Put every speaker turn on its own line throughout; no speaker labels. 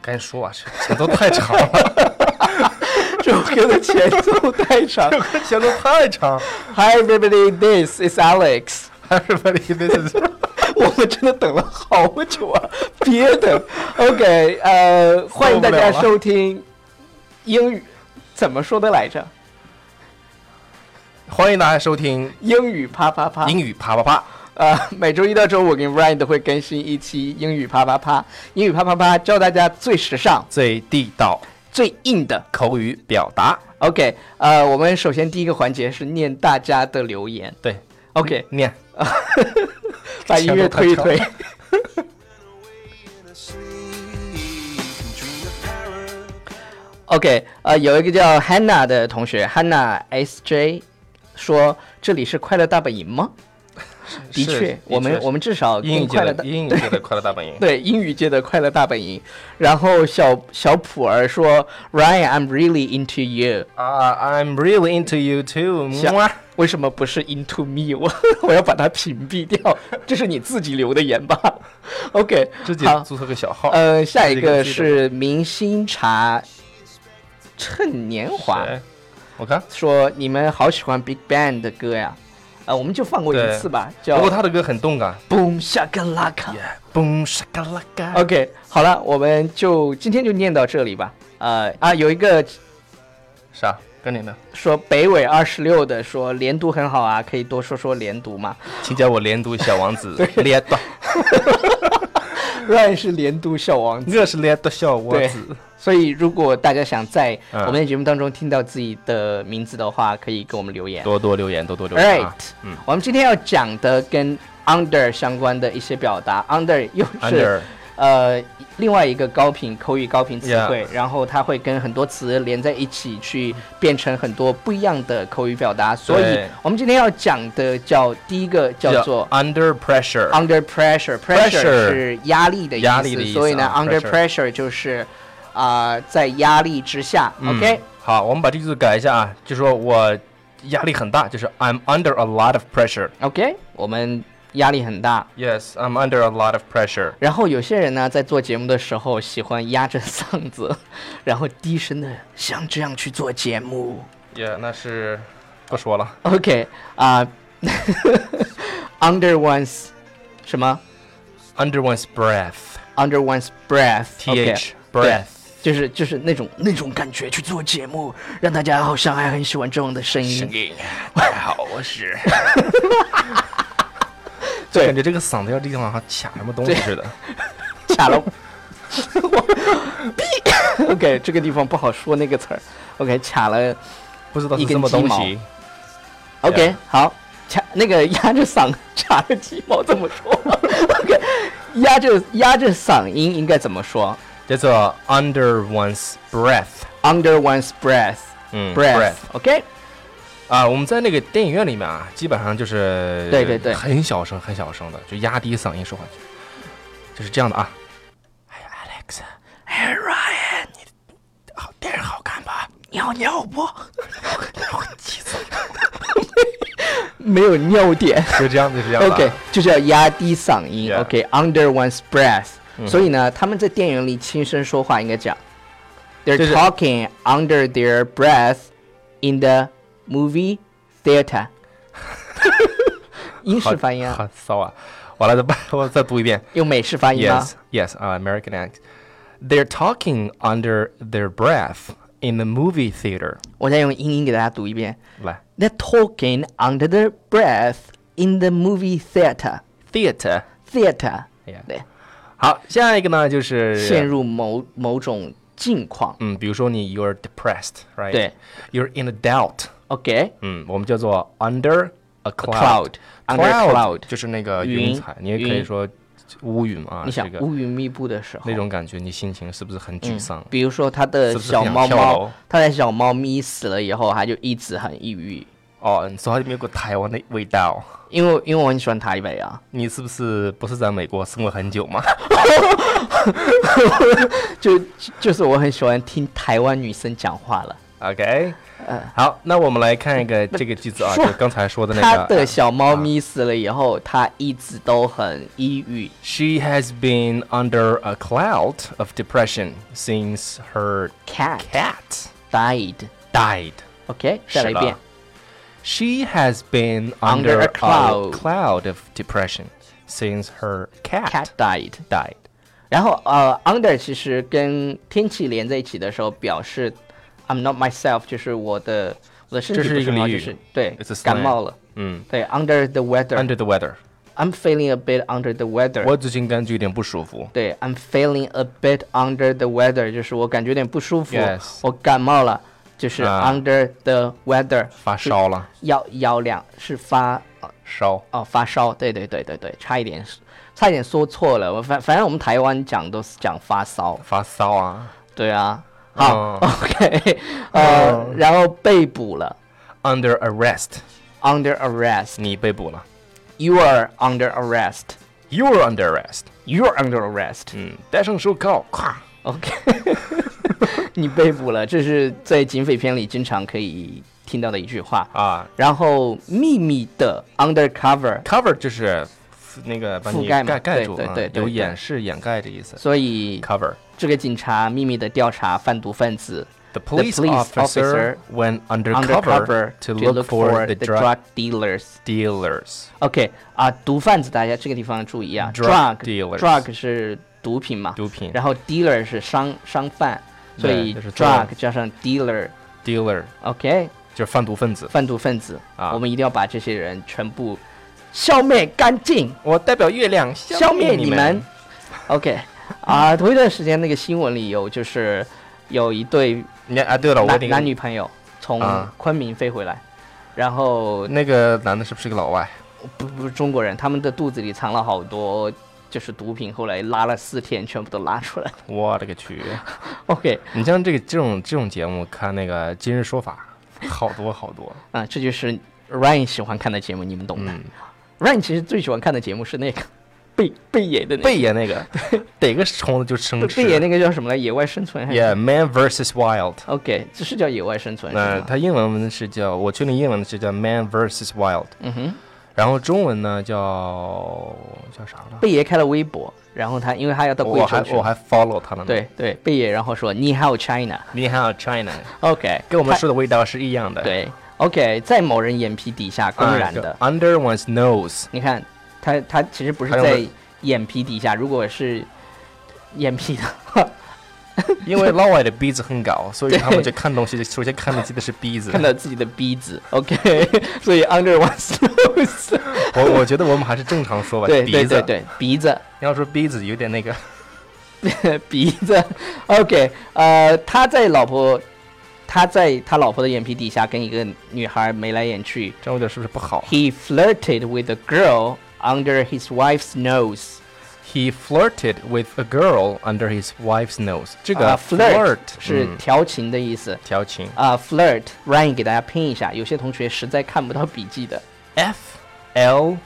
赶紧说吧，这 前奏太长 了，
这首歌的前奏太长。
这个前奏太长。
Hi everybody, this is Alex。
Everybody, this is
我们真的等了好久啊！ 别等，OK，呃，欢迎大家收听英语怎么说的来着？
欢迎大家收听
英语啪啪啪。
英语啪啪啪。
呃，每周一到周五我跟 Ryan 都会更新一期英语啪啪啪。英语啪啪啪教大家最时尚、
最地道
最硬的。
口语表达。
OK，呃，我们首先第一个环节是念大家的留言。
对
OK，
念
把音乐推一推。OK，呃，有一个叫 Hannah 的同学，Hannah SJ 说：“这里是快乐大本营吗？”的确，我们我们至少
英语
跟
界
快乐
的
大
英语界的快乐大本营。
对英语界的快乐大本营。然后小小普儿说：“Ryan，I'm really into you。
啊，I'm really into you too。嗯
小
么”
为什么不是 into me？我 我要把它屏蔽掉，这是你自己留的言吧？OK，
自己
好，
注册个小号。
呃，下一
自己给自
个
己的
是明星茶趁年华。
谁我看。
说你们好喜欢 Big Bang 的歌呀，呃，我们就放过一
对
次吧，
不
叫
过他的歌很动感。
Boom Shaka Laka。
Boom shaka laka。
OK，好了，我们就今天就念到这里吧。呃啊，有一个
啥？啊跟你呢？
说北纬二十六的说连读很好啊，可以多说说连读嘛。
请叫我连读小王子。连读，
Ryan 是连读小王子，
我是连读小王子。
所以如果大家想在
嗯
我们的节目当中听到自己的名字的话，可以给我们留言。
多多留言，多多留言
Right，、
啊！嗯
我们今天要讲的跟 under 相关的一些表达，under 又是
，Under
呃另外一个高频口语高频词汇
Yeah
然后它会跟很多词连在一起去变成很多不一样的口语表达。所以我们今天要讲的叫第一个叫做
Under Pressure，
under pressure，pressure
Pressure
是压力的意思，
压力的意思
所以呢、
啊
u n d e r
pressure
pressure 就是啊、在压力之下。
嗯
OK，
好，我们把这句子改一下啊，就说我压力很大，就是 I'm under a lot of pressure。
OK，我们压力很大。
Yes, I'm under a lot of pressure。
然后有些人呢，在做节目的时候喜欢压着嗓子，然后低声的像这样去做节目。
Yeah，那是不说了。
OK 啊、u n d e r one's 什么
Under one's breath，T
？Under one's breath，T
H
breath
breath。
就是就是那种那种感觉去做节目，让大家好像还很喜欢这样的声音。
音，大家好，我 是。
对
就感觉这个嗓子要地方好像卡什么东西似的。
卡了。我 OK，这个地方不好说那个词儿。OK，卡了。
不知道
一
是
根
什么
鸡
东
毛
西。
OK，、
Yeah
好，卡那个压着嗓 卡着鸡毛怎么说？OK，压着压着嗓音应该怎么说
叫做 under one's breath。
？Under one's breath，breath、
嗯
OK，
啊，我们在那个电影院里面啊，基本上就是
对对对
很小声、很小声的，就压低嗓音说话，就是这样的啊。哎呀，Alex，哎，Ryan，你 Oh, 好，电影好看吧？
尿尿不？
我气死了！
没有 尿点。
就这样，就是这样的啊。
OK，就是要压低嗓音。
Yeah
OK，under、one's breath、
嗯
所以呢，他们在电影里轻声说话应该讲，They're
就是
talking under their breath in the movie theater。英
好
式发音啊，
好骚啊！完了，再把我再读一遍。
用美式发音吗
Yes, yes, uh, American accent. They're talking under their breath in the movie theater.
我再用英音给大家读一遍
来
，They're talking under their breath in the movie theater
，theater.
theater。
Yeah
对，
好，下一个呢就是
陷入某某种境况。
嗯，比如说你 you're depressed, right?
对
you're in a doubt.
OK，
嗯，我们叫做 under a cloud.
cloud，under cloud
就是那个
云
云彩，你也可以
云
说乌云啊，
你想
这个
乌云密布的时候，
那种感觉，你心情是不是很沮丧？
比如说他的
是不是很
小
想
猫
跳
猫
楼，
他的小猫咪死了以后，他就一直很抑郁。
哦，你嘴里面有股台湾的味道。
因为因为我很喜欢台北 啊，
你是不是不是在美国生活很久吗？
就就是我很喜欢听台湾女生讲话了。
OK，
嗯
好，呃那我们来看一个这个句子啊，就
说
刚才说的那
他
个。
的小猫
啊
咪死了以后，他一直都很抑郁。
She has been under a cloud of depression since her
Cat
cat
died.
died.
OK，再来一遍
是了。She has been
Under
under,
a cloud.
cloud of depression since her cat,
Cat died.
died.
然后呃，under 其实跟天气连在一起的时候，表示 I'm not myself，就是我的我的身体
这是一个
不很好
俚语
就是对
It's a slang
感冒了。
嗯
对，under the weather，I'm
，under the weather，
feeling a bit under the weather。
我最近感觉有点不舒服。
对，I'm feeling a bit under the weather，就是我感觉有点不舒服
Yes
我感冒了，就是
啊
under the weather，
发烧了，
要要两是发
烧
哦发烧，对对对对对，差一点差一点说错了，我反反正我们台湾讲都是讲发烧，
发骚啊。
对啊，好、
嗯
o k 呃、然后被捕了
Under arrest，
，under arrest，you
你被捕了。
are under
You
arrest，you
are under arrest。Hmm.
are under arrest，
嗯，戴上手铐，咵。
OK，你被捕了，这是在警匪片里经常可以听到的一句话。
啊
然后秘密的 undercover，
，cover 就是那个把你
覆盖嘛
盖盖
对
住
对
啊
对对
有
对
掩饰、掩盖的意思。
所以
Cover。
这个警察秘密的调查贩毒分子
The police,
police
officer,
officer
went undercover
undercover
to look for the drug
drug dealers。
dealers.
OK 啊，毒贩子大家这个地方注意啊
嗯 Drug
，drug
dealers
drug 是毒品嘛，
毒品
然后 dealer 是商商贩，所
对
以
就是 drug
drug 加上 dealer。
Dealer
OK，
就是贩毒分子。
贩毒分子
啊
我们一定要把这些人全部消灭干净，
我代表月亮
消灭
你
你们。OK，啊，头一段时间那个新闻里有，就是有一对
你啊，对了，我
男
那个
男女朋友从
啊
昆明飞回来，然后
那个男的是不是个老外？
不不是中国人，他们的肚子里藏了好多就是毒品，后来拉了四天，全部都拉出来。
我的个去！
OK，
你像这个这种这种节目，看那个《今日说法》，好多好多。
啊，这就是 Ryan 喜欢看的节目，你们懂的。
嗯，
Ryan 其实最喜欢看的节目是那个贝贝爷的那个
贝爷那个逮个虫子就生吃。
贝爷那个叫什么来？野外生存还是什么
嗯 Yeah, man versus wild。
OK，这是叫野外生存是
那
吗？
它英文是叫，我确定英文是叫 man versus wild。
嗯哼，
然后中文呢叫叫啥了？
贝爷开了微博，然后他因为他要到贵
哦我还
州去，
我还 follow 他了呢。，
对对贝爷，然后说你好 China，OK，、
你好 China，
OK，
跟我们
他
说的味道是一样的。，
对 OK，在某人眼皮底下公然的，
啊 under one's nose，
你看他他其实不是
他用的
在眼皮底下，如果是眼皮 的话，
因为老外的鼻子很高，所以
对
他们就看东西就首先看的记得是鼻子。
看到自己的鼻子，OK，所 以 under one's nose，
我我觉得我们还是正常说吧，
对
鼻
对对
子。
对，鼻子。
你要说鼻子有点那个，
鼻子。OK，呃，他在老婆，他在他老婆的眼皮底下跟一个女孩眉来眼去。
这样有点是不是不好
He flirted with a girl under his wife's nose。
？He flirted with a girl under his wife's nose。这个
啊
flirt
是
嗯
调情的意思。
调情
啊、f l i r t r y a n 给大家拼一下，有些同学实在看不到笔记的。
F L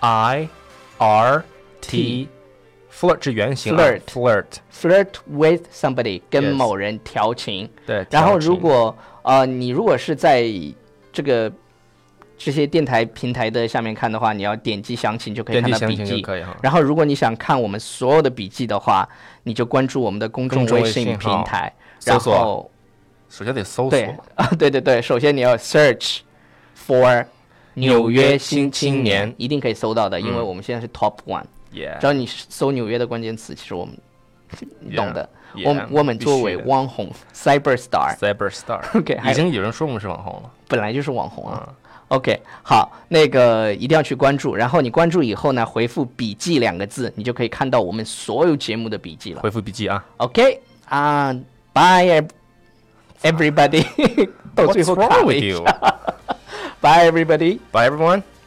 I R T
T
flirt 是原型啊
Flirt
flirt
Flirt with somebody，跟
Yes
某人调情。
对。
然后
调情
如果呃，你如果是在这个这些电台平台的下面看的话，你要点击详情就可以
点击
看到
详
笔
情就
记。
可以哈。
然后，如果你想看我们所有的笔记的话，你就关注我们的公众
公众微
微
信
信
号
平台，
搜
然
索
后
首先得搜索
对
嘛。
啊，对对对，首先你要 search for
纽
纽
约新
约新
青
青
年
年，一定可以搜到的，因为
嗯
我们现在是 top one，只
Yeah，
要你搜纽约的关键词，其实我们你懂的。我
yeah，
我们
必
作
须
为
的
网红 cyber star，
Cyber Star。
OK，还
已
有
经有人说我们是网红了。
本来就是网红
嗯
啊。OK，好，那个一定要去关注，然后你关注以后呢，回复“笔记”两个字，你就可以看到我们所有节目的笔记了。
回复笔记啊。
OK 啊、b y e everybody，到最后
What's
卡
wrong
了
with
一
you?
下。Bye everybody。
Bye everyone.